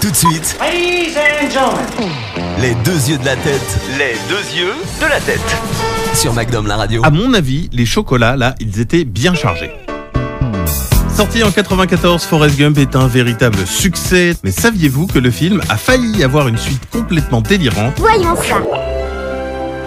tout de suite Ladies and gentlemen. les deux yeux de la tête Les deux yeux de la tête. sur MacDom la radio. Ah, À mon avis, les chocolats, là, ils étaient bien chargés. Sorti en 94, Forrest Gump est un véritable succès. Mais saviez-vous que le film a failli avoir une suite complètement délirante Voyons ça.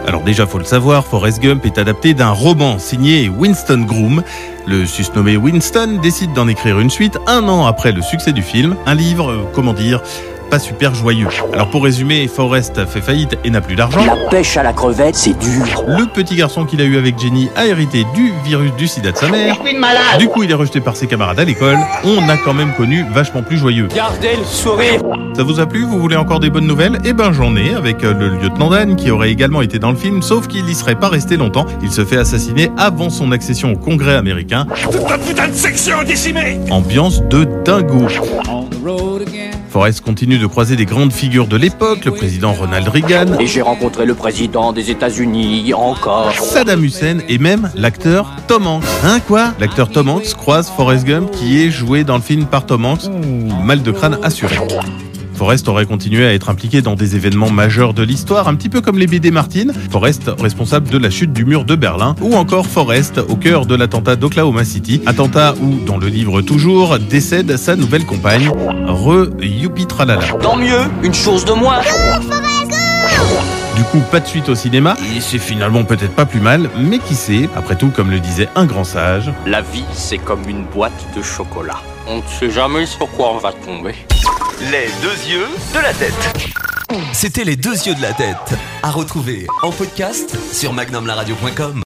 Alors déjà, faut le savoir, Forrest Gump est adapté d'un roman signé Winston Groom. Le susnommé Winston décide d'en écrire une suite un an après le succès du film. Un livre, euh, comment dire, pas super joyeux. Alors pour résumer, Forrest a fait faillite et n'a plus d'argent. La pêche à la crevette, c'est dur. Le petit garçon qu'il a eu avec Jenny a hérité du virus du sida de sa mère. Du coup, il est rejeté par ses camarades à l'école. On a quand même connu vachement plus joyeux. Gardez le sourire. Ça vous a plu Vous voulez encore des bonnes nouvelles Eh ben j'en ai, avec euh, le lieutenant Dan qui aurait également été dans le film, sauf qu'il n'y serait pas resté longtemps. Il se fait assassiner avant son accession au Congrès américain. Ambiance de dingo. Forrest continue de croiser des grandes figures de l'époque, le président Ronald Reagan, Et j'ai rencontré le président des États-Unis encore. Saddam Hussein et même l'acteur Tom Hanks. Hein quoi L'acteur Tom Hanks croise Forrest Gump qui est joué dans le film par Tom Hanks. Mal de crâne assuré. Forrest aurait continué à être impliqué dans des événements majeurs de l'histoire, un petit peu comme les BD Martine, Forrest responsable de la chute du mur de Berlin, ou encore Forrest au cœur de l'attentat d'Oklahoma City, attentat où, dans le livre toujours, décède sa nouvelle compagne, re youpi tralala. Tant mieux, une chose de moins. Du coup, pas de suite au cinéma, et c'est finalement peut-être pas plus mal, mais qui sait, après tout, comme le disait un grand sage, La vie, c'est comme une boîte de chocolat. On ne sait jamais sur quoi on va tomber. Les deux yeux de la tête. C'était les deux yeux de la tête. À retrouver en podcast sur magnumlaradio.com.